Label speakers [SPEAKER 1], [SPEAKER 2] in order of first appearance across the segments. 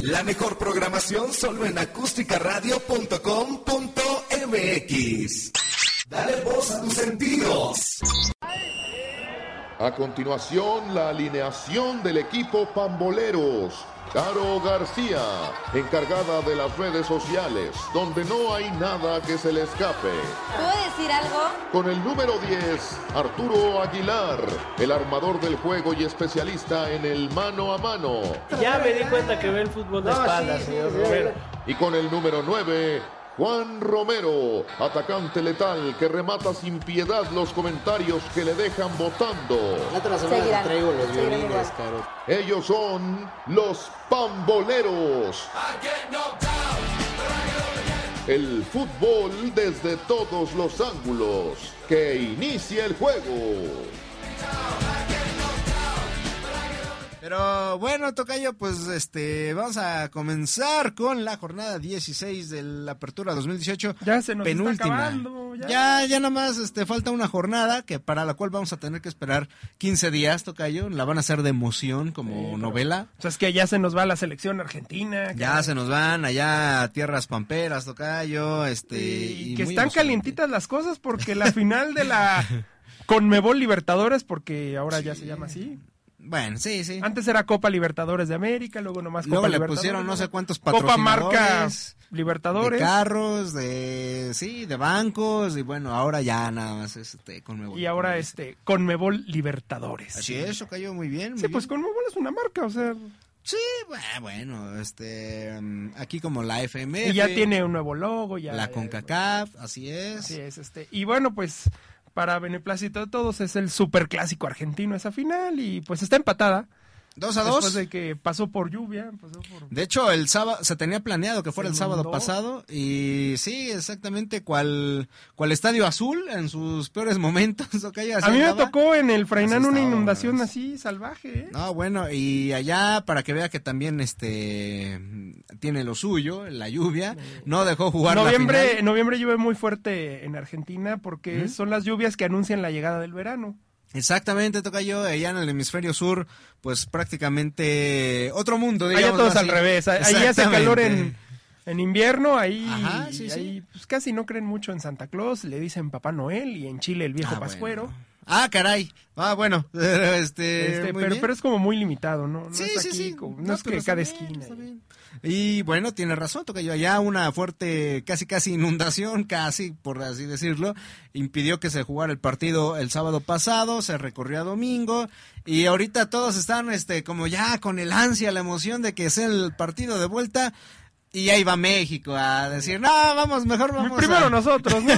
[SPEAKER 1] La mejor programación solo en acústicaradio.com.mx. Dale voz a tus sentidos.
[SPEAKER 2] A continuación, la alineación del equipo Pamboleros. Caro García, encargada de las redes sociales, donde no hay nada que se le escape.
[SPEAKER 3] ¿Puedo decir algo?
[SPEAKER 2] Con el número 10, Arturo Aguilar, el armador del juego y especialista en el mano a mano.
[SPEAKER 4] Ya me di cuenta que ve el fútbol de
[SPEAKER 5] No,
[SPEAKER 4] espaldas,
[SPEAKER 5] sí, sí,
[SPEAKER 4] señor
[SPEAKER 5] sí,
[SPEAKER 4] Romero.
[SPEAKER 2] Y con el número 9, Juan Romero, atacante letal que remata sin piedad los comentarios que le dejan votando.
[SPEAKER 5] Otra semana Pues,
[SPEAKER 3] Seguirán,
[SPEAKER 5] te traigo los
[SPEAKER 3] seguirán
[SPEAKER 5] violines,
[SPEAKER 3] igual.
[SPEAKER 5] caro.
[SPEAKER 2] Ellos son los pamboleros. El fútbol desde todos los ángulos. Que inicie el juego.
[SPEAKER 6] Pero bueno, Tocayo, pues este vamos a comenzar con la jornada 16 de la apertura 2018.
[SPEAKER 7] Ya se nos
[SPEAKER 6] penúltima.
[SPEAKER 7] está acabando. Ya.
[SPEAKER 6] Ya, ya nada más este, falta una jornada que para la cual vamos a tener que esperar 15 días, Tocayo. La van a hacer de emoción como novela.
[SPEAKER 7] O sea, es que ya se nos va la selección argentina.
[SPEAKER 6] Ya se nos van allá a tierras pamperas, Tocayo. Este,
[SPEAKER 7] Y,
[SPEAKER 6] y muy
[SPEAKER 7] que están
[SPEAKER 6] emocionante.
[SPEAKER 7] calientitas las cosas porque la final de la Conmebol Libertadores, porque ahora ya se llama así.
[SPEAKER 6] Bueno, sí, sí.
[SPEAKER 7] Antes era Copa Libertadores de América, luego nomás Copa
[SPEAKER 6] Luego le
[SPEAKER 7] Libertadores,
[SPEAKER 6] pusieron no sé cuántos
[SPEAKER 7] Copa
[SPEAKER 6] patrocinadores.
[SPEAKER 7] Marca
[SPEAKER 6] de
[SPEAKER 7] Libertadores.
[SPEAKER 6] carros, de sí, de bancos y bueno, ahora ya nada más este con nuevo.
[SPEAKER 7] Y ahora este Conmebol Libertadores.
[SPEAKER 6] Así es, eso cayó muy bien. muy
[SPEAKER 7] Sí, pues
[SPEAKER 6] bien.
[SPEAKER 7] Conmebol es una marca, o sea,
[SPEAKER 6] Sí, bu- ah, bueno, este mm, aquí como la FM
[SPEAKER 7] y ya tiene un nuevo logo, ya
[SPEAKER 6] la
[SPEAKER 7] ya-
[SPEAKER 6] CONCACAF, así es.
[SPEAKER 7] Así es, este. Y bueno, pues para beneplácito de todos es el superclásico argentino esa final y pues está empatada.
[SPEAKER 6] Dos a
[SPEAKER 7] Después
[SPEAKER 6] dos.
[SPEAKER 7] de que pasó por lluvia, pasó por...
[SPEAKER 6] De hecho, el sábado se tenía planeado que fuera
[SPEAKER 7] Se
[SPEAKER 6] el sábado
[SPEAKER 7] inundó.
[SPEAKER 6] pasado y sí, exactamente cual cual Estadio Azul en sus peores momentos. ok, así
[SPEAKER 7] A mí me
[SPEAKER 6] andaba.
[SPEAKER 7] tocó en el Frainán
[SPEAKER 6] Así
[SPEAKER 7] una
[SPEAKER 6] estaba,
[SPEAKER 7] inundación
[SPEAKER 6] bueno,
[SPEAKER 7] así salvaje, ¿eh?
[SPEAKER 6] No, bueno, y allá para que vea que también este tiene lo suyo, la lluvia, no dejó jugar la
[SPEAKER 7] Noviembre,
[SPEAKER 6] final.
[SPEAKER 7] en noviembre llueve muy fuerte en Argentina porque son las lluvias que anuncian la llegada del verano.
[SPEAKER 6] Exactamente, toca yo, allá en el hemisferio sur, pues prácticamente otro mundo, digamos.
[SPEAKER 7] allá todos al revés, a- ahí hace calor en, en invierno, ahí,
[SPEAKER 6] Ajá, sí,
[SPEAKER 7] y
[SPEAKER 6] sí.
[SPEAKER 7] ahí, pues, casi no creen mucho en Santa Claus, le dicen Papá Noel y en Chile el viejo
[SPEAKER 6] Ah,
[SPEAKER 7] Pascuero.
[SPEAKER 6] bueno. Ah, caray. Ah, bueno, este,
[SPEAKER 7] Este,
[SPEAKER 6] muy
[SPEAKER 7] pero,
[SPEAKER 6] bien.
[SPEAKER 7] pero es como muy limitado, ¿no? No
[SPEAKER 6] Sí,
[SPEAKER 7] es
[SPEAKER 6] sí,
[SPEAKER 7] aquí
[SPEAKER 6] sí.
[SPEAKER 7] como- no,
[SPEAKER 6] No,
[SPEAKER 7] es que
[SPEAKER 6] pero
[SPEAKER 7] cada
[SPEAKER 6] está bien,
[SPEAKER 7] esquina.
[SPEAKER 6] está
[SPEAKER 7] y-
[SPEAKER 6] bien. Y bueno, tiene razón, toca yo. Allá una fuerte, casi casi inundación, casi por así decirlo, impidió que se jugara el partido el sábado pasado, se recorrió a domingo y ahorita todos están este como ya con el ansia, la emoción de que sea el partido de vuelta y ahí va México a decir, "No, vamos, mejor vamos."
[SPEAKER 7] Primero
[SPEAKER 6] a-".
[SPEAKER 7] nosotros, ¿no?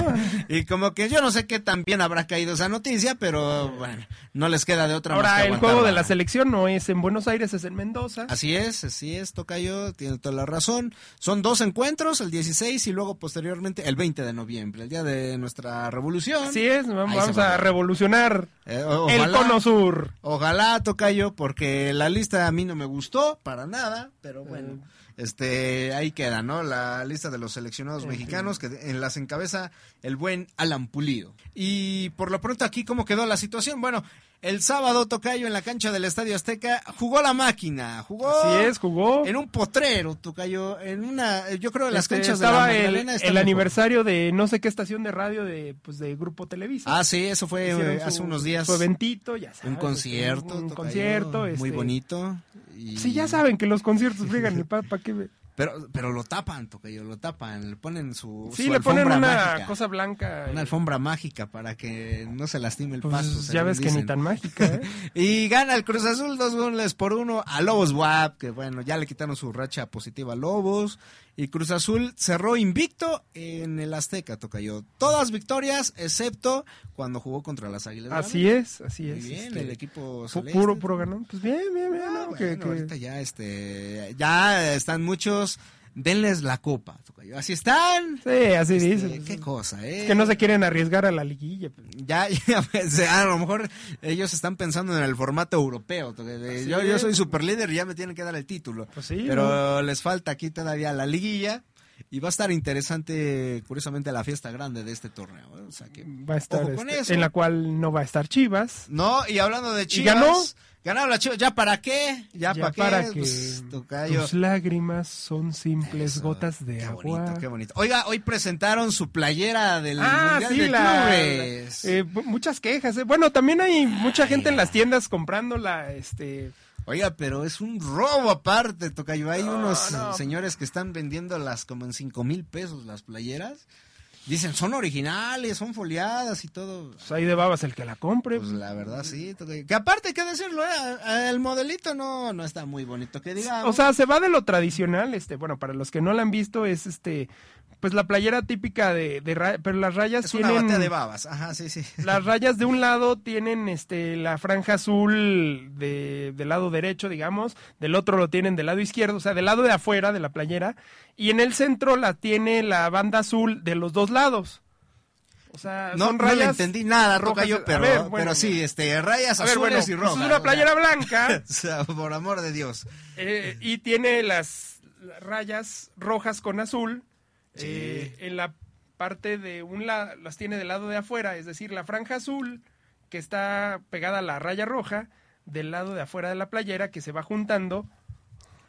[SPEAKER 6] Y como que yo no sé qué tan bien habrá caído esa noticia, pero bueno, no les queda de otra más
[SPEAKER 7] Ahora,
[SPEAKER 6] que
[SPEAKER 7] el
[SPEAKER 6] aguantar
[SPEAKER 7] juego de la
[SPEAKER 6] vara.
[SPEAKER 7] selección no es en Buenos Aires, es en Mendoza.
[SPEAKER 6] Así es, así es, Tocayo, tiene toda la razón. Son dos encuentros, el 16 y luego posteriormente el 20 de noviembre, el día de nuestra revolución.
[SPEAKER 7] Así es,
[SPEAKER 6] Ahí
[SPEAKER 7] vamos,
[SPEAKER 6] se
[SPEAKER 7] vamos
[SPEAKER 6] va
[SPEAKER 7] a
[SPEAKER 6] ver.
[SPEAKER 7] revolucionar
[SPEAKER 6] Eh, o-
[SPEAKER 7] el
[SPEAKER 6] ojalá-
[SPEAKER 7] cono sur.
[SPEAKER 6] Ojalá, Tocayo, porque la lista a mí no me gustó para nada, pero bueno,
[SPEAKER 7] Eh.
[SPEAKER 6] este, ahí queda, ¿no? La lista de los seleccionados mexicanos que en las encabeza el buen Alan Pulido. Y por lo pronto aquí, ¿cómo quedó la situación? Bueno, el sábado, Tocayo, en la cancha del Estadio Azteca, jugó la máquina, jugó...
[SPEAKER 7] Así es, jugó.
[SPEAKER 6] Oh, En un potrero, Tocayo, en una, yo creo que las
[SPEAKER 7] Este,
[SPEAKER 6] canchas de la
[SPEAKER 7] estaba el,
[SPEAKER 6] Magdalena están
[SPEAKER 7] el
[SPEAKER 6] mejor.
[SPEAKER 7] aniversario de no sé qué estación de radio de, pues, de Grupo Televisa.
[SPEAKER 6] Ah, sí, eso fue
[SPEAKER 7] Hicieron
[SPEAKER 6] eh, hace
[SPEAKER 7] su-
[SPEAKER 6] unos días.
[SPEAKER 7] Su eventito, ya sabes,
[SPEAKER 6] un concierto,
[SPEAKER 7] Un
[SPEAKER 6] Tocayo,
[SPEAKER 7] concierto.
[SPEAKER 6] muy
[SPEAKER 7] este,
[SPEAKER 6] bonito. y-
[SPEAKER 7] Sí, ya saben que los conciertos, fíjense, ¿para qué? me-
[SPEAKER 6] Pero, pero lo tapan, Tocayo, lo tapan, le ponen su,
[SPEAKER 7] Sí,
[SPEAKER 6] su
[SPEAKER 7] le ponen
[SPEAKER 6] alfombra
[SPEAKER 7] una
[SPEAKER 6] mágica,
[SPEAKER 7] cosa blanca.
[SPEAKER 6] una
[SPEAKER 7] y-
[SPEAKER 6] alfombra mágica para que no se lastime el
[SPEAKER 7] Pues,
[SPEAKER 6] paso.
[SPEAKER 7] ya
[SPEAKER 6] según
[SPEAKER 7] ves que ni
[SPEAKER 6] dicen.
[SPEAKER 7] tan mágica, ¿eh?
[SPEAKER 6] Y gana el Cruz Azul dos goles por uno a Lobos WAP, que bueno, ya le quitaron su racha positiva a Lobos. Y Cruz Azul cerró invicto en el Azteca, Tocayo. Todas victorias, excepto cuando jugó contra las Águilas.
[SPEAKER 7] Así es, así
[SPEAKER 6] Muy
[SPEAKER 7] es.
[SPEAKER 6] bien,
[SPEAKER 7] este,
[SPEAKER 6] el equipo
[SPEAKER 7] pu-
[SPEAKER 6] celeste.
[SPEAKER 7] puro pro ganón. Pues bien, bien, bien.
[SPEAKER 6] Ah,
[SPEAKER 7] no,
[SPEAKER 6] bueno,
[SPEAKER 7] que- que-
[SPEAKER 6] ahorita ya, este, ya están muchos, denles la copa, Tocayo. Así están.
[SPEAKER 7] Sí, así
[SPEAKER 6] Este,
[SPEAKER 7] dicen.
[SPEAKER 6] qué cosa, eh.
[SPEAKER 7] Es que no se quieren arriesgar a la liguilla. pues.
[SPEAKER 6] Ya, ya, pues, a lo mejor ellos están pensando en el formato europeo. Tocayo. De,
[SPEAKER 7] Así
[SPEAKER 6] Yo, yo
[SPEAKER 7] es.
[SPEAKER 6] soy super líder y ya me tienen que dar el título.
[SPEAKER 7] Pues sí,
[SPEAKER 6] pero les falta aquí todavía la liguilla. Y va a estar interesante, curiosamente, la fiesta grande de este torneo. ¿eh? O sea que,
[SPEAKER 7] Va a estar
[SPEAKER 6] ojo con
[SPEAKER 7] este,
[SPEAKER 6] eso.
[SPEAKER 7] en la cual no va a estar Chivas.
[SPEAKER 6] No, y hablando de
[SPEAKER 7] ¿Y
[SPEAKER 6] Chivas.
[SPEAKER 7] ganó?
[SPEAKER 6] Ganaron las Chivas. ¿Ya para qué? ¿Ya,
[SPEAKER 7] Ya
[SPEAKER 6] para qué?
[SPEAKER 7] para que
[SPEAKER 6] Pues, tocayo.
[SPEAKER 7] tus lágrimas son simples
[SPEAKER 6] Eso,
[SPEAKER 7] gotas de
[SPEAKER 6] qué
[SPEAKER 7] agua.
[SPEAKER 6] Bonito, qué bonito. Oiga, hoy presentaron su playera del
[SPEAKER 7] Ah,
[SPEAKER 6] Mundial
[SPEAKER 7] sí,
[SPEAKER 6] de
[SPEAKER 7] la-
[SPEAKER 6] Clubes.
[SPEAKER 7] eh, bu- muchas quejas. eh. Bueno, también hay mucha gente en las tiendas comprándola. Este,
[SPEAKER 6] Oiga, pero es un robo aparte, Tocayo. Hay unos
[SPEAKER 7] no.
[SPEAKER 6] eh, señores que están vendiéndolas como en cinco mil pesos las playeras. Dicen, son originales, son foliadas y todo.
[SPEAKER 7] pues ahí de babas el que la compre.
[SPEAKER 6] Pues la verdad sí, Tocayo. Que aparte, hay que decirlo, eh, a- el modelito no, no está muy bonito, que digamos.
[SPEAKER 7] o sea, se va de lo tradicional. Este, bueno, para los que no la han visto, es este, pues la playera típica de, de ra- pero las rayas
[SPEAKER 6] es una
[SPEAKER 7] tienen.
[SPEAKER 6] batea de babas. Ajá, sí, sí.
[SPEAKER 7] Las rayas de un lado tienen este la franja azul de, del lado derecho, digamos, del otro lo tienen del lado izquierdo, o sea, del lado de afuera de la playera, y en el centro la tiene la banda azul de los dos lados. O sea,
[SPEAKER 6] No,
[SPEAKER 7] son
[SPEAKER 6] no
[SPEAKER 7] rayas.
[SPEAKER 6] le entendí nada, Roca,
[SPEAKER 7] rojas-
[SPEAKER 6] yo,
[SPEAKER 7] a
[SPEAKER 6] pero,
[SPEAKER 7] ver, bueno,
[SPEAKER 6] pero sí, este, rayas
[SPEAKER 7] A ver, bueno,
[SPEAKER 6] azules y rojas.
[SPEAKER 7] pues es
[SPEAKER 6] o sea.
[SPEAKER 7] una playera blanca
[SPEAKER 6] O sea, por amor de Dios.
[SPEAKER 7] eh, y tiene las las rayas rojas con azul eh, en la parte de un lado, las tiene del lado de afuera, es decir, la franja azul que está pegada a la raya roja del lado de afuera de la playera que se va juntando.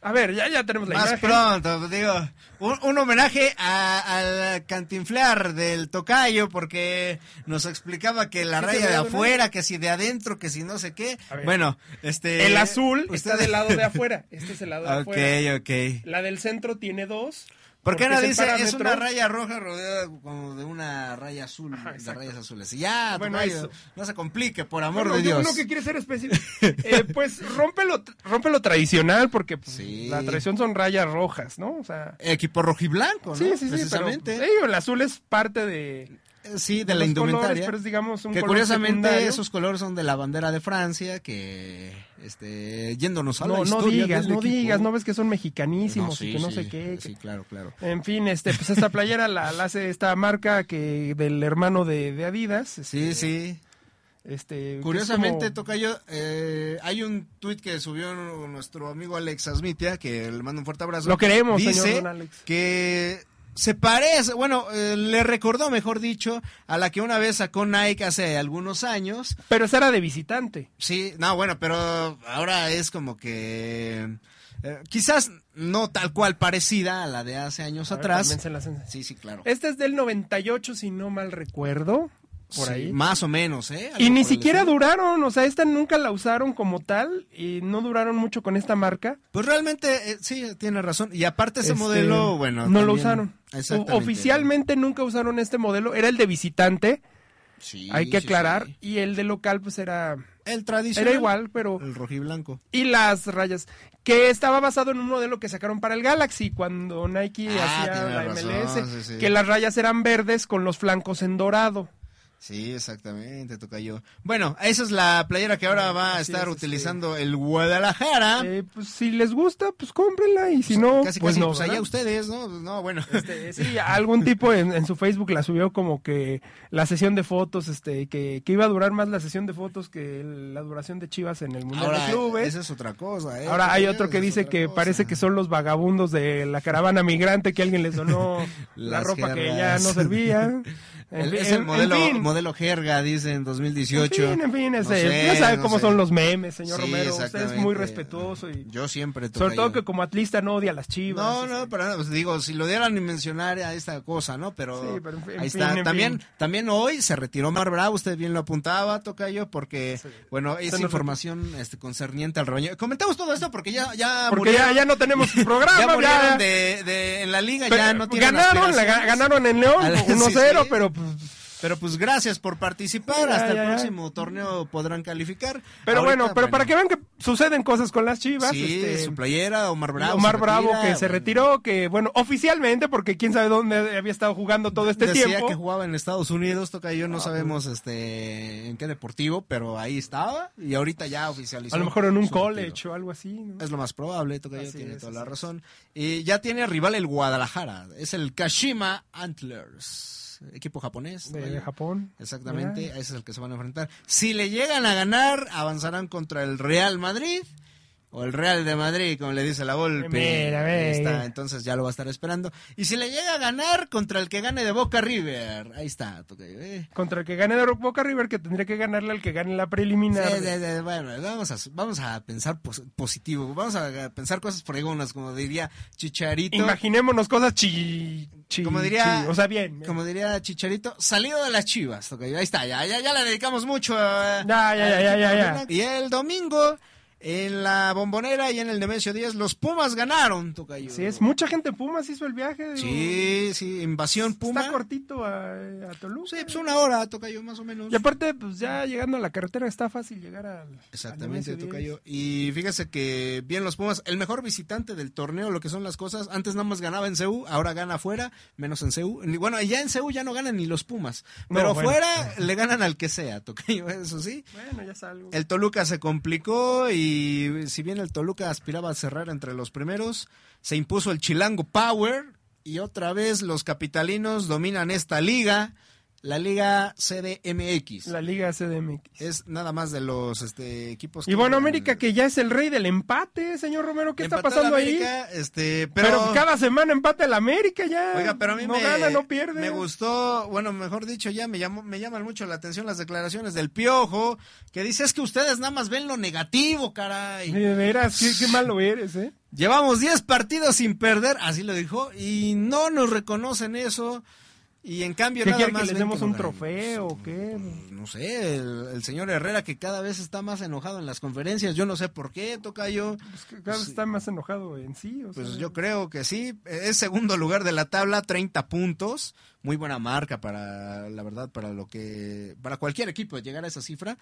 [SPEAKER 7] A ver, ya, ya tenemos la
[SPEAKER 6] Más
[SPEAKER 7] imagen.
[SPEAKER 6] pronto, digo, un, un homenaje a- al cantinflar del tocayo, porque nos explicaba que la
[SPEAKER 7] ¿Sí te
[SPEAKER 6] raya
[SPEAKER 7] veo,
[SPEAKER 6] de
[SPEAKER 7] no?
[SPEAKER 6] afuera, que si de adentro, que si no sé qué.
[SPEAKER 7] A ver.
[SPEAKER 6] Bueno, este.
[SPEAKER 7] El azul está
[SPEAKER 6] ustedes-
[SPEAKER 7] del lado de afuera. Este es el lado de afuera.
[SPEAKER 6] Ok, ok.
[SPEAKER 7] La del centro tiene dos.
[SPEAKER 6] ¿Por qué
[SPEAKER 7] porque
[SPEAKER 6] no
[SPEAKER 7] es el
[SPEAKER 6] dice es
[SPEAKER 7] parámetro".
[SPEAKER 6] una raya roja rodeada como de una raya azul,
[SPEAKER 7] Ajá,
[SPEAKER 6] de
[SPEAKER 7] exacto.
[SPEAKER 6] rayas azules? Y Ya,
[SPEAKER 7] Bueno,
[SPEAKER 6] tocayo,
[SPEAKER 7] eso.
[SPEAKER 6] no se complique, por amor
[SPEAKER 7] Bueno,
[SPEAKER 6] de
[SPEAKER 7] yo
[SPEAKER 6] Dios.
[SPEAKER 7] uno que quiere ser específico. Eh, pues rompe lo, rompe lo tradicional, porque pues,
[SPEAKER 6] Sí.
[SPEAKER 7] la tradición son rayas rojas, ¿no? O sea.
[SPEAKER 6] Equipo rojiblanco, ¿no?
[SPEAKER 7] Sí, sí, sí. pero,
[SPEAKER 6] Precisamente.
[SPEAKER 7] pues, digo, el azul es parte de.
[SPEAKER 6] Eh, Sí, de la
[SPEAKER 7] los
[SPEAKER 6] indumentaria.
[SPEAKER 7] colores, pero es, digamos, un
[SPEAKER 6] que
[SPEAKER 7] color
[SPEAKER 6] curiosamente
[SPEAKER 7] secundario.
[SPEAKER 6] esos colores son de la bandera de Francia, que este yéndonos a la
[SPEAKER 7] No, no
[SPEAKER 6] historia
[SPEAKER 7] digas,
[SPEAKER 6] del
[SPEAKER 7] no
[SPEAKER 6] equipo.
[SPEAKER 7] digas, no ves que son mexicanísimos
[SPEAKER 6] No,
[SPEAKER 7] y
[SPEAKER 6] sí,
[SPEAKER 7] que no
[SPEAKER 6] sí,
[SPEAKER 7] sé qué.
[SPEAKER 6] Sí,
[SPEAKER 7] que-
[SPEAKER 6] claro, claro.
[SPEAKER 7] En fin, este, pues esta playera la, la hace esta marca que del hermano de, de Adidas.
[SPEAKER 6] Sí, sí.
[SPEAKER 7] Este, que es
[SPEAKER 6] Curiosamente,
[SPEAKER 7] como-
[SPEAKER 6] Tocayo, eh, hay un tuit que subió nuestro amigo Alex Asmitia, que le mando un fuerte abrazo.
[SPEAKER 7] Lo queremos,
[SPEAKER 6] Dice
[SPEAKER 7] señor Don Alex.
[SPEAKER 6] que se parece, bueno, eh, le recordó, mejor dicho, a la que una vez sacó Nike hace algunos años,
[SPEAKER 7] Pero esa era de visitante.
[SPEAKER 6] Sí, no, bueno, pero ahora es como que eh, quizás no tal cual parecida a la de hace años
[SPEAKER 7] A ver,
[SPEAKER 6] atrás.
[SPEAKER 7] también se las-
[SPEAKER 6] Sí, sí, claro.
[SPEAKER 7] Este es del 98, si no mal recuerdo. Por
[SPEAKER 6] Sí,
[SPEAKER 7] ahí.
[SPEAKER 6] Más o menos, ¿eh? Algo
[SPEAKER 7] Y ni
[SPEAKER 6] por el
[SPEAKER 7] siquiera
[SPEAKER 6] estilo.
[SPEAKER 7] duraron, o sea, esta nunca la usaron como tal y no duraron mucho con esta marca.
[SPEAKER 6] Pues realmente, eh, sí, tiene razón. Y aparte ese
[SPEAKER 7] Este,
[SPEAKER 6] modelo, bueno.
[SPEAKER 7] No lo
[SPEAKER 6] también-
[SPEAKER 7] usaron.
[SPEAKER 6] Exactamente.
[SPEAKER 7] O- Oficialmente nunca usaron este modelo, era el de visitante,
[SPEAKER 6] Sí,
[SPEAKER 7] hay que
[SPEAKER 6] sí,
[SPEAKER 7] aclarar,
[SPEAKER 6] sí.
[SPEAKER 7] y el de local pues era,
[SPEAKER 6] El tradicional.
[SPEAKER 7] era igual, pero...
[SPEAKER 6] El rojiblanco.
[SPEAKER 7] Y las rayas, que estaba basado en un modelo que sacaron para el Galaxy cuando Nike
[SPEAKER 6] Ah,
[SPEAKER 7] hacía
[SPEAKER 6] tiene
[SPEAKER 7] la
[SPEAKER 6] razón,
[SPEAKER 7] MLS,
[SPEAKER 6] sí, sí.
[SPEAKER 7] que las rayas eran verdes con los flancos en dorado.
[SPEAKER 6] Sí, exactamente, Tocayo. Bueno, esa es la playera que ahora va a
[SPEAKER 7] Así
[SPEAKER 6] estar
[SPEAKER 7] es, este,
[SPEAKER 6] utilizando el Guadalajara.
[SPEAKER 7] Eh, pues si les gusta, pues cómprenla y si no,
[SPEAKER 6] casi,
[SPEAKER 7] pues
[SPEAKER 6] casi,
[SPEAKER 7] no.
[SPEAKER 6] Ah. pues
[SPEAKER 7] ¿verdad?
[SPEAKER 6] allá ustedes, ¿no? No, bueno.
[SPEAKER 7] Este, sí, algún tipo en, en su Facebook la subió como que la sesión de fotos, este, que, que iba a durar más la sesión de fotos que el- la duración de Chivas en el Mundial
[SPEAKER 6] Ahora,
[SPEAKER 7] de Clubes.
[SPEAKER 6] esa es otra cosa. ¿eh?
[SPEAKER 7] Ahora hay
[SPEAKER 6] Esa
[SPEAKER 7] otro que
[SPEAKER 6] es
[SPEAKER 7] dice
[SPEAKER 6] otra
[SPEAKER 7] que
[SPEAKER 6] cosa.
[SPEAKER 7] parece que son los vagabundos de la caravana migrante que alguien les donó la
[SPEAKER 6] Las
[SPEAKER 7] ropa que ya
[SPEAKER 6] jergas.
[SPEAKER 7] no servía. En
[SPEAKER 6] El-
[SPEAKER 7] fin,
[SPEAKER 6] es
[SPEAKER 7] en-
[SPEAKER 6] el
[SPEAKER 7] en
[SPEAKER 6] modelo,
[SPEAKER 7] fin.
[SPEAKER 6] modelo jerga, dice en 2018.
[SPEAKER 7] En fin, en fin,
[SPEAKER 6] No
[SPEAKER 7] ese-
[SPEAKER 6] sé,
[SPEAKER 7] ya sabe
[SPEAKER 6] no
[SPEAKER 7] cómo
[SPEAKER 6] sé.
[SPEAKER 7] son los memes, señor
[SPEAKER 6] Sí,
[SPEAKER 7] Romero. Usted es
[SPEAKER 6] exactamente.
[SPEAKER 7] muy respetuoso y
[SPEAKER 6] Yo siempre
[SPEAKER 7] sobre
[SPEAKER 6] tocayo.
[SPEAKER 7] todo que como atlista no odia a las Chivas.
[SPEAKER 6] No,
[SPEAKER 7] este.
[SPEAKER 6] no, pero no, pues, digo, si lo dieran ni mencionar a esta cosa, ¿no? Pero,
[SPEAKER 7] Sí, pero en fin, en
[SPEAKER 6] ahí está.
[SPEAKER 7] fin, en
[SPEAKER 6] también,
[SPEAKER 7] fin.
[SPEAKER 6] también hoy se retiró Mar Bravo, usted bien lo apuntaba, Tocayo, porque, bueno, es
[SPEAKER 7] nos
[SPEAKER 6] información este, concerniente al rebaño. Comentamos todo esto porque ya, ya
[SPEAKER 7] Porque
[SPEAKER 6] murieron,
[SPEAKER 7] ya, ya no tenemos programa.
[SPEAKER 6] ya
[SPEAKER 7] ya-
[SPEAKER 6] murieron de, de- en la liga, ya
[SPEAKER 7] Pero
[SPEAKER 6] no tienen
[SPEAKER 7] ganaron, la ga-
[SPEAKER 6] aspiraciones.
[SPEAKER 7] ganaron en León
[SPEAKER 6] Ah, sí,
[SPEAKER 7] 1-0,
[SPEAKER 6] sí.
[SPEAKER 7] pero pues,
[SPEAKER 6] Pero pues gracias por participar.
[SPEAKER 7] Ya,
[SPEAKER 6] Hasta
[SPEAKER 7] ya,
[SPEAKER 6] el
[SPEAKER 7] ya.
[SPEAKER 6] próximo torneo podrán calificar.
[SPEAKER 7] pero
[SPEAKER 6] Ahorita,
[SPEAKER 7] bueno, pero para que vean que suceden cosas con las Chivas,
[SPEAKER 6] Sí,
[SPEAKER 7] este,
[SPEAKER 6] su playera, Omar Bravo. um,
[SPEAKER 7] Omar
[SPEAKER 6] se
[SPEAKER 7] Bravo
[SPEAKER 6] retira,
[SPEAKER 7] que se
[SPEAKER 6] bueno,
[SPEAKER 7] retiró, que bueno, oficialmente porque quién sabe dónde había estado jugando todo este
[SPEAKER 6] decía
[SPEAKER 7] tiempo. Ah, pues.
[SPEAKER 6] que jugaba en Estados Unidos, toca yo, no sabemos este en qué deportivo, pero ahí estaba y ahorita ya oficializó.
[SPEAKER 7] A lo mejor en un
[SPEAKER 6] su retiro.
[SPEAKER 7] college o algo así, ¿no?
[SPEAKER 6] Es lo más probable, toca yo,
[SPEAKER 7] Así
[SPEAKER 6] tiene
[SPEAKER 7] es,
[SPEAKER 6] toda
[SPEAKER 7] así
[SPEAKER 6] la
[SPEAKER 7] es.
[SPEAKER 6] razón. Y ya tiene rival el Guadalajara, es el Kashima Antlers, equipo japonés.
[SPEAKER 7] de,
[SPEAKER 6] Tocayo.
[SPEAKER 7] Japón.
[SPEAKER 6] Exactamente,
[SPEAKER 7] ¿verdad?
[SPEAKER 6] ese es el que se van a enfrentar. Si le llegan a ganar, avanzarán contra el Real Madrid. o el Real de Madrid, como le dice la Volpe.
[SPEAKER 3] Mira, mira.
[SPEAKER 6] Ahí está, entonces ya lo va a estar esperando. Y si le llega a ganar contra el que gane de Boca River, ahí está. Tocayo, eh.
[SPEAKER 7] Contra el que gane de Boca River, que tendría que ganarle al que gane la preliminar.
[SPEAKER 6] Sí, sí, sí, bueno, vamos a, vamos a pensar pos- positivo, vamos a pensar cosas pregonas, como diría Chicharito.
[SPEAKER 7] Imaginémonos cosas chi, chi-
[SPEAKER 6] Como diría-
[SPEAKER 7] chi- o sea, bien.
[SPEAKER 6] Como diría Chicharito, salido de las chivas. tocayo. ahí está, ya, ya, ya la dedicamos mucho. eh.
[SPEAKER 7] Ya, ya, ya, ya, ya, ya.
[SPEAKER 6] Y el domingo, en la Bombonera y en el Nemesio 10, los Pumas ganaron, Tocayo.
[SPEAKER 7] Sí, es mucha gente en Pumas hizo el viaje. digo,
[SPEAKER 6] Sí, sí, invasión Puma.
[SPEAKER 7] Está cortito a, a
[SPEAKER 6] Sí,
[SPEAKER 7] Toluca.
[SPEAKER 6] pues una hora, Tocayo, más o menos.
[SPEAKER 7] Y aparte, pues ya llegando a la carretera está fácil llegar al.
[SPEAKER 6] Exactamente,
[SPEAKER 7] al MS10.
[SPEAKER 6] Tocayo. Y fíjese que bien los Pumas, el mejor visitante del torneo, lo que son las cosas. Antes nada más ganaba en CEU, ahora gana afuera, menos en CEU. Ni- Bueno, ya en CEU ya no ganan ni los Pumas.
[SPEAKER 7] No,
[SPEAKER 6] Pero
[SPEAKER 7] bueno.
[SPEAKER 6] fuera le ganan al que sea, Tocayo, eso sí.
[SPEAKER 7] Bueno, ya salgo.
[SPEAKER 6] El Toluca se complicó y si bien el Toluca aspiraba a cerrar entre los primeros, se impuso el Chilango Power y otra vez los capitalinos dominan esta liga, la liga CDMX.
[SPEAKER 7] La Liga CDMX.
[SPEAKER 6] Es nada más de los este, equipos.
[SPEAKER 7] Y bueno, América que ya es el rey del empate, señor Romero, ¿qué está
[SPEAKER 6] Empató el
[SPEAKER 7] pasando ahí?
[SPEAKER 6] América, Este,
[SPEAKER 7] Pero,
[SPEAKER 6] pero,
[SPEAKER 7] cada semana empate el América ya.
[SPEAKER 6] Oiga, pero a mí
[SPEAKER 7] no
[SPEAKER 6] me,
[SPEAKER 7] gana, no pierde.
[SPEAKER 6] me gustó, bueno, mejor dicho, ya me, llamó, me llaman mucho la atención las declaraciones del Piojo, que dice, es que ustedes nada más ven lo negativo, caray.
[SPEAKER 7] De veras, qué, qué malo eres, ¿eh?
[SPEAKER 6] Llevamos 10 partidos sin perder, así lo dijo, y no nos reconocen eso. Y en cambio,
[SPEAKER 7] ¿Qué
[SPEAKER 6] nada
[SPEAKER 7] quiere
[SPEAKER 6] más
[SPEAKER 7] que les
[SPEAKER 6] ven
[SPEAKER 7] demos
[SPEAKER 6] que no
[SPEAKER 7] un
[SPEAKER 6] ganamos.
[SPEAKER 7] trofeo o qué?
[SPEAKER 6] pues, No sé, el, el señor Herrera que cada vez está más enojado en las conferencias, yo no sé por qué, toca yo.
[SPEAKER 7] Pues que cada vez está más enojado en sí. o
[SPEAKER 6] Pues
[SPEAKER 7] sea.
[SPEAKER 6] yo creo que sí, e-, es segundo lugar de la tabla, 30 puntos, muy buena marca para, la verdad, para lo que, para cualquier equipo llegar a esa cifra.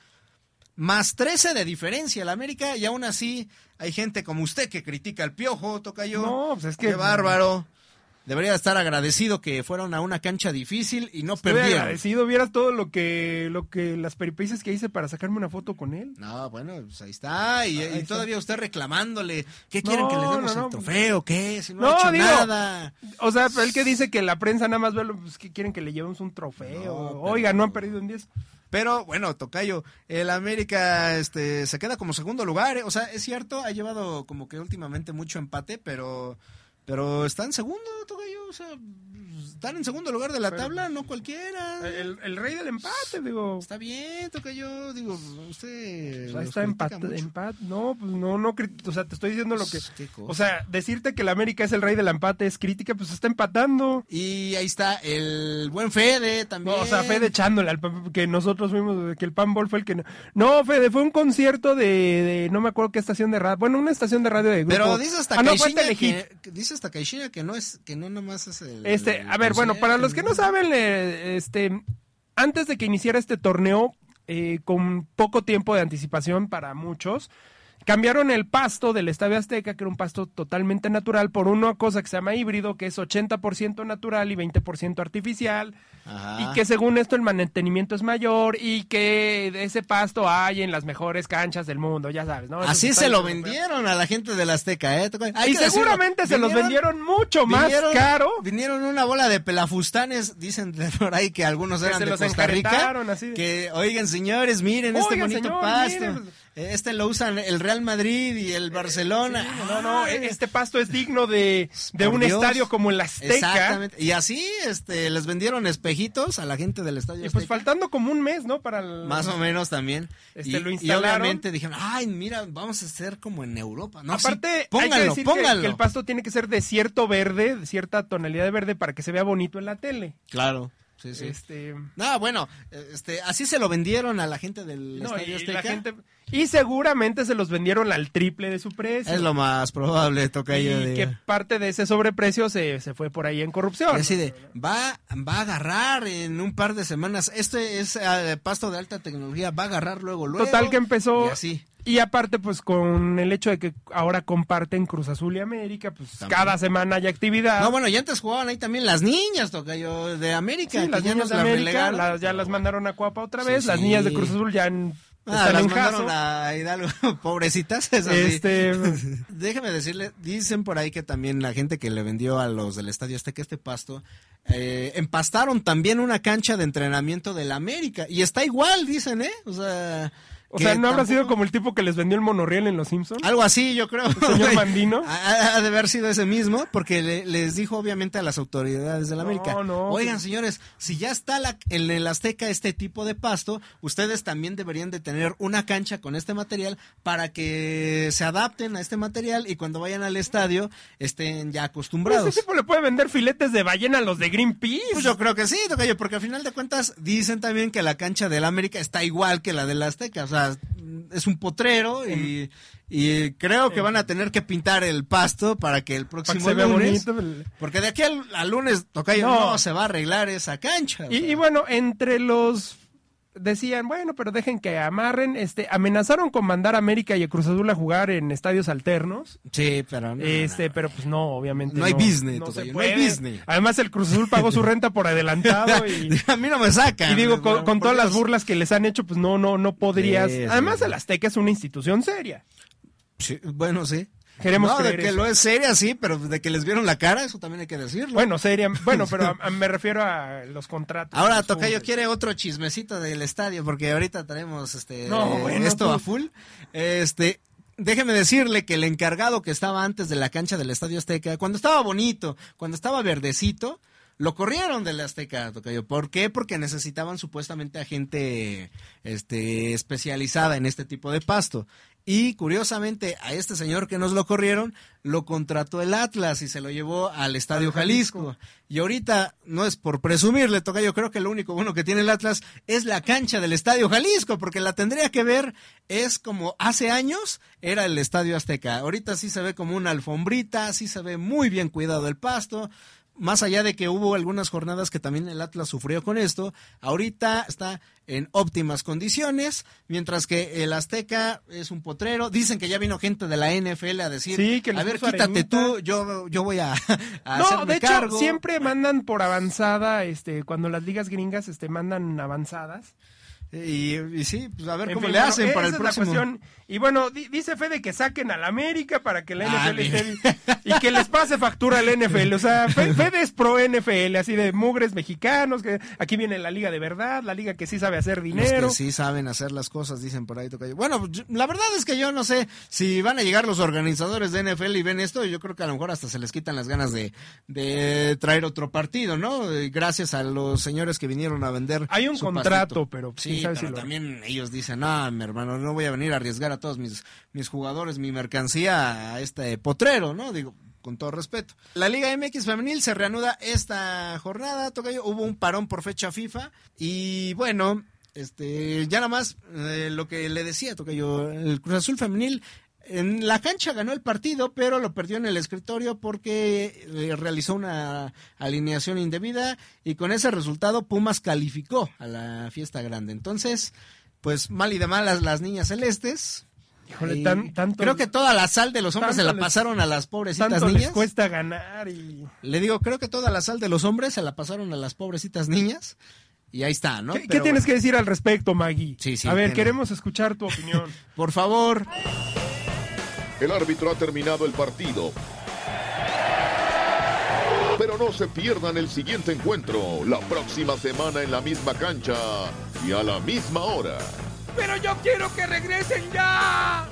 [SPEAKER 6] Más 13 de diferencia el América y aún así hay gente como usted que critica al piojo, toca yo.
[SPEAKER 7] No, pues es que.
[SPEAKER 6] Qué bárbaro. Debería estar agradecido que fueron a una cancha difícil y no
[SPEAKER 7] Estoy
[SPEAKER 6] perdieron.
[SPEAKER 7] agradecido, vieras todo lo que, lo que, las peripecias que hice para sacarme una foto con él.
[SPEAKER 6] No, bueno, pues ahí está. Y,
[SPEAKER 7] Ahí
[SPEAKER 6] y
[SPEAKER 7] está.
[SPEAKER 6] todavía usted reclamándole. ¿Qué
[SPEAKER 7] No,
[SPEAKER 6] quieren que les demos
[SPEAKER 7] no, no.
[SPEAKER 6] el trofeo? ¿Qué? Si no,
[SPEAKER 7] No,
[SPEAKER 6] ha hecho
[SPEAKER 7] digo,
[SPEAKER 6] nada.
[SPEAKER 7] O sea, pero el que dice que la prensa nada más ve, lo- pues que quieren que le llevemos un trofeo.
[SPEAKER 6] No, pero-
[SPEAKER 7] Oiga, no han perdido en 10.
[SPEAKER 6] Pero bueno, Tocayo, el América este, se queda como segundo lugar. ¿eh? O sea, es cierto, ha llevado como que últimamente mucho empate, pero pero está en segundo, Tocayo. O sea, están en segundo lugar de la
[SPEAKER 7] Pero- eh,
[SPEAKER 6] tabla, no cualquiera.
[SPEAKER 7] El, el rey del empate, digo.
[SPEAKER 6] Está bien, Tocayo. Digo, usted.
[SPEAKER 7] Pues Ahí
[SPEAKER 6] los critica
[SPEAKER 7] está empate,
[SPEAKER 6] mucho. Pues,
[SPEAKER 7] empate. No, pues no, no. crit- O sea, te estoy diciendo lo que.
[SPEAKER 6] Qué cosa.
[SPEAKER 7] O sea, decirte que el América es el rey del empate es crítica, pues está empatando.
[SPEAKER 6] Y ahí está el buen Fede también.
[SPEAKER 7] No, o sea, Fede echándole al pan- que nosotros fuimos, que el panbol fue el que no. No, Fede, fue un concierto de, de- no me acuerdo qué estación de radio. Bueno, una estación de radio de grupo.
[SPEAKER 6] Pero dice hasta
[SPEAKER 7] Ah, no, fue
[SPEAKER 6] Caixinha
[SPEAKER 7] Telehit.
[SPEAKER 6] que, que dice hasta Caixinha que no es que no nomás es el
[SPEAKER 7] Este, a ver, bueno, para los que no saben, eh, este, antes de que iniciara este torneo, eh, con poco tiempo de anticipación para muchos, cambiaron el pasto del Estadio Azteca, que era un pasto totalmente natural, por una cosa que se llama híbrido, que es 80% natural y 20% artificial,
[SPEAKER 6] Ajá.
[SPEAKER 7] y que según esto el mantenimiento es mayor y que de ese pasto hay en las mejores canchas del mundo, ya sabes, ¿no? Esos
[SPEAKER 6] Así se
[SPEAKER 7] estadios
[SPEAKER 6] lo
[SPEAKER 7] europeos.
[SPEAKER 6] vendieron a la gente del Azteca, ¿eh? Hay
[SPEAKER 7] Y
[SPEAKER 6] que decirlo.
[SPEAKER 7] seguramente se los vendieron mucho más
[SPEAKER 6] vinieron-
[SPEAKER 7] caro.
[SPEAKER 6] Vinieron una bola de pelafustanes, dicen de por ahí que algunos
[SPEAKER 7] Que
[SPEAKER 6] eran
[SPEAKER 7] se
[SPEAKER 6] de
[SPEAKER 7] los
[SPEAKER 6] Costa Rica.
[SPEAKER 7] enjarretaron, así de-
[SPEAKER 6] Que, oigan, señores, miren este
[SPEAKER 7] Oigan,
[SPEAKER 6] bonito
[SPEAKER 7] señor,
[SPEAKER 6] pasto.
[SPEAKER 7] miren.
[SPEAKER 6] Eh, Este lo usan el Real Madrid y el Barcelona.
[SPEAKER 7] Sí, no, no,
[SPEAKER 6] Ay,
[SPEAKER 7] este pasto es digno de, de
[SPEAKER 6] Por
[SPEAKER 7] un
[SPEAKER 6] Dios.
[SPEAKER 7] estadio como el Azteca.
[SPEAKER 6] Exactamente. Y así este, les vendieron espejitos a la gente del estadio.
[SPEAKER 7] Y pues
[SPEAKER 6] Azteca.
[SPEAKER 7] faltando como un mes, ¿no? Para el-
[SPEAKER 6] Más o menos también.
[SPEAKER 7] Este,
[SPEAKER 6] y,
[SPEAKER 7] lo
[SPEAKER 6] y
[SPEAKER 7] instalaron.
[SPEAKER 6] obviamente dijeron, ay, mira, vamos a hacer como en Europa. No, sí,
[SPEAKER 7] Aparte, hay que
[SPEAKER 6] pónganlo,
[SPEAKER 7] decir que-
[SPEAKER 6] pónganlo.
[SPEAKER 7] Que, el pasto tiene que ser de cierto verde, de cierta tonalidad de verde para que se vea bonito en la tele.
[SPEAKER 6] Claro, sí, sí.
[SPEAKER 7] Este,
[SPEAKER 6] No, bueno, eh, este, así se lo vendieron a la gente del
[SPEAKER 7] no,
[SPEAKER 6] Estadio
[SPEAKER 7] y, la
[SPEAKER 6] Azteca.
[SPEAKER 7] gente- y seguramente se los vendieron al triple de su precio.
[SPEAKER 6] Es lo más probable, toca
[SPEAKER 7] y
[SPEAKER 6] yo.
[SPEAKER 7] que parte de ese sobreprecio se, se fue por ahí en corrupción.
[SPEAKER 6] así de, va, va a agarrar en un par de semanas. Este es eh, pasto de alta tecnología, va a agarrar luego, luego.
[SPEAKER 7] Total que empezó.
[SPEAKER 6] Y así.
[SPEAKER 7] Y aparte, pues con el hecho de que ahora comparten Cruz Azul y América, pues
[SPEAKER 6] También.
[SPEAKER 7] cada semana hay actividad.
[SPEAKER 6] No, bueno, y antes jugaban ahí también las niñas, toca yo, de América.
[SPEAKER 7] Sí,
[SPEAKER 6] que
[SPEAKER 7] las
[SPEAKER 6] ya nos
[SPEAKER 7] niñas de
[SPEAKER 6] la
[SPEAKER 7] América
[SPEAKER 6] relegaron.
[SPEAKER 7] las- ya las mandaron a Cuapa otra
[SPEAKER 6] Sí,
[SPEAKER 7] vez. Las
[SPEAKER 6] sí.
[SPEAKER 7] niñas de Cruz Azul ya en-
[SPEAKER 6] Ah,
[SPEAKER 7] están
[SPEAKER 6] las
[SPEAKER 7] en
[SPEAKER 6] mandaron
[SPEAKER 7] caso.
[SPEAKER 6] a Hidalgo, pobrecitas. esas sí.
[SPEAKER 7] Este,
[SPEAKER 6] Déjame decirle, dicen por ahí que también la gente que le vendió a los del Estadio Azteca este pasto, eh, empastaron también una cancha de entrenamiento del América. Y está igual, dicen, ¿eh? O sea,
[SPEAKER 7] O
[SPEAKER 6] que
[SPEAKER 7] sea, ¿no habrá
[SPEAKER 6] tampoco-
[SPEAKER 7] sido como el tipo que les vendió el monorriel en Los Simpsons?
[SPEAKER 6] Algo así, yo creo.
[SPEAKER 7] señor Mandino?
[SPEAKER 6] Ha- Ha, ha de haber sido ese mismo, porque le- les dijo obviamente a las autoridades de la
[SPEAKER 7] No,
[SPEAKER 6] América.
[SPEAKER 7] no,
[SPEAKER 6] Oigan,
[SPEAKER 7] que-
[SPEAKER 6] señores, si ya está la- en el Azteca este tipo de pasto, ustedes también deberían de tener una cancha con este material para que se adapten a este material y cuando vayan al estadio estén ya
[SPEAKER 7] Pero
[SPEAKER 6] acostumbrados.
[SPEAKER 7] Pues, Ese tipo le puede vender filetes de ballena a los de Greenpeace.
[SPEAKER 6] Pues yo creo que sí, Tocayo, porque al final de cuentas dicen también que la cancha del América está igual que la del Azteca, o sea, es un potrero y, y creo que van a tener que pintar el pasto para que el
[SPEAKER 7] Para que
[SPEAKER 6] próximo
[SPEAKER 7] se vea
[SPEAKER 6] lunes-
[SPEAKER 7] bonito. pues,
[SPEAKER 6] Porque de aquí al, al lunes, Tocayo, no.
[SPEAKER 7] No.
[SPEAKER 6] se va a arreglar esa cancha. o
[SPEAKER 7] Y,
[SPEAKER 6] sea.
[SPEAKER 7] y bueno, entre los decían, bueno, pero dejen que amarren, este, amenazaron con mandar a América y a Cruz Azul a jugar en estadios alternos.
[SPEAKER 6] Sí, pero no,
[SPEAKER 7] Este,
[SPEAKER 6] no.
[SPEAKER 7] pero pues no, obviamente.
[SPEAKER 6] No hay business,
[SPEAKER 7] no,
[SPEAKER 6] Tocayo,
[SPEAKER 7] se
[SPEAKER 6] no hay
[SPEAKER 7] puede.
[SPEAKER 6] business.
[SPEAKER 7] Además, el Cruz Azul pagó su renta por adelantado y,
[SPEAKER 6] A mí no me sacan.
[SPEAKER 7] y digo, con,
[SPEAKER 6] Pero,
[SPEAKER 7] con
[SPEAKER 6] ¿por
[SPEAKER 7] todas
[SPEAKER 6] qué
[SPEAKER 7] las
[SPEAKER 6] los-
[SPEAKER 7] burlas que les han hecho, pues no, no, no podrías.
[SPEAKER 6] Sí, sí.
[SPEAKER 7] Además, el Azteca es una institución seria.
[SPEAKER 6] Sí, bueno, sí.
[SPEAKER 7] Queremos
[SPEAKER 6] no, de
[SPEAKER 7] creer
[SPEAKER 6] que
[SPEAKER 7] eso.
[SPEAKER 6] lo es seria, sí, pero de que les vieron la cara, eso también hay que decirlo.
[SPEAKER 7] Bueno, seria, bueno, pero a- a- me refiero a los contratos.
[SPEAKER 6] Ahora
[SPEAKER 7] los
[SPEAKER 6] Tocayo
[SPEAKER 7] jugadores.
[SPEAKER 6] quiere otro chismecito del estadio porque ahorita tenemos este
[SPEAKER 7] No,
[SPEAKER 6] eh,
[SPEAKER 7] bueno,
[SPEAKER 6] esto
[SPEAKER 7] tú.
[SPEAKER 6] a full. Este, déjeme decirle que el encargado que estaba antes de la cancha del Estadio Azteca, cuando estaba bonito, cuando estaba verdecito, lo corrieron del Azteca, Tocayo. ¿Por qué? Porque necesitaban supuestamente a gente este, especializada en este tipo de pasto. Y curiosamente, a este señor que nos lo corrieron, lo contrató el Atlas y se lo llevó al Estadio Jalisco. Y ahorita, no es por presumirle, toca yo creo que lo único bueno que tiene el Atlas es la cancha del Estadio Jalisco, porque la tendría que ver, es como hace años era el Estadio Azteca. Ahorita sí se ve como una alfombrita, sí se ve muy bien cuidado el pasto. Más allá de que hubo algunas jornadas que también el Atlas sufrió con esto, ahorita está en óptimas condiciones, mientras que el Azteca es un potrero. Dicen que ya vino gente de la NFL a decir,
[SPEAKER 7] Sí, que les
[SPEAKER 6] a ver,
[SPEAKER 7] puso
[SPEAKER 6] quítate
[SPEAKER 7] arenita".
[SPEAKER 6] tú, yo, yo voy a, a
[SPEAKER 7] No,
[SPEAKER 6] hacerme
[SPEAKER 7] de hecho,
[SPEAKER 6] cargo.
[SPEAKER 7] siempre mandan por avanzada, este, cuando las ligas gringas este, mandan avanzadas.
[SPEAKER 6] Y, y sí, pues a ver
[SPEAKER 7] En
[SPEAKER 6] cómo
[SPEAKER 7] fin,
[SPEAKER 6] le
[SPEAKER 7] bueno,
[SPEAKER 6] hacen para el
[SPEAKER 7] esa es la
[SPEAKER 6] próximo.
[SPEAKER 7] cuestión. Y bueno, di- dice Fede que saquen al América para que la
[SPEAKER 6] Ah,
[SPEAKER 7] NFL
[SPEAKER 6] mira.
[SPEAKER 7] esté- y que les pase factura al NFL. O sea, Fe- Fede es pro NFL, así de mugres mexicanos, que aquí viene la liga de verdad, la liga que sí sabe hacer
[SPEAKER 6] Los
[SPEAKER 7] dinero.
[SPEAKER 6] que sí saben hacer las cosas, dicen por ahí. Tocayo. Bueno, pues, yo- la verdad es que yo no sé si van a llegar los organizadores de NFL y ven esto. Yo creo que a lo mejor hasta se les quitan las ganas de, de traer otro partido, ¿no? Eh, Gracias a los señores que vinieron a vender.
[SPEAKER 7] Hay un
[SPEAKER 6] su
[SPEAKER 7] contrato,
[SPEAKER 6] pastito.
[SPEAKER 7] pero pues,
[SPEAKER 6] Sí,
[SPEAKER 7] quién sabe si
[SPEAKER 6] pero
[SPEAKER 7] lo-
[SPEAKER 6] también ellos dicen, no, mi hermano, no voy a venir a arriesgar a todos mis, mis jugadores, mi mercancía a este potrero, ¿no? Digo, con todo respeto. La Liga MX femenil se reanuda esta jornada, Tocayo. Hubo un parón por fecha FIFA y bueno, este, ya nada más eh, lo que le decía, Tocayo, el Cruz Azul femenil en la cancha ganó el partido, pero lo perdió en el escritorio porque eh, realizó una alineación indebida y con ese resultado Pumas calificó a la fiesta grande. Entonces, pues mal y de malas las niñas celestes.
[SPEAKER 7] Híjole,
[SPEAKER 6] Y
[SPEAKER 7] tan- tanto-
[SPEAKER 6] creo que toda la sal de los hombres
[SPEAKER 7] tanto
[SPEAKER 6] se la
[SPEAKER 7] les-
[SPEAKER 6] pasaron a las pobrecitas
[SPEAKER 7] Tanto les
[SPEAKER 6] niñas.
[SPEAKER 7] cuesta ganar y...
[SPEAKER 6] Le digo, creo que toda la sal de los hombres se la pasaron a las pobrecitas niñas. Y ahí está, ¿no?
[SPEAKER 7] ¿Qué, qué
[SPEAKER 6] Pero
[SPEAKER 7] tienes
[SPEAKER 6] bueno,
[SPEAKER 7] que decir al respecto, Maggie?
[SPEAKER 6] Sí, sí,
[SPEAKER 7] a ver,
[SPEAKER 6] entiendo.
[SPEAKER 7] queremos escuchar tu opinión.
[SPEAKER 6] Por favor,
[SPEAKER 2] El árbitro ha terminado el partido. Pero no se pierdan el siguiente encuentro, la próxima semana en la misma cancha y a la misma hora.
[SPEAKER 7] ¡Pero yo quiero que regresen ya!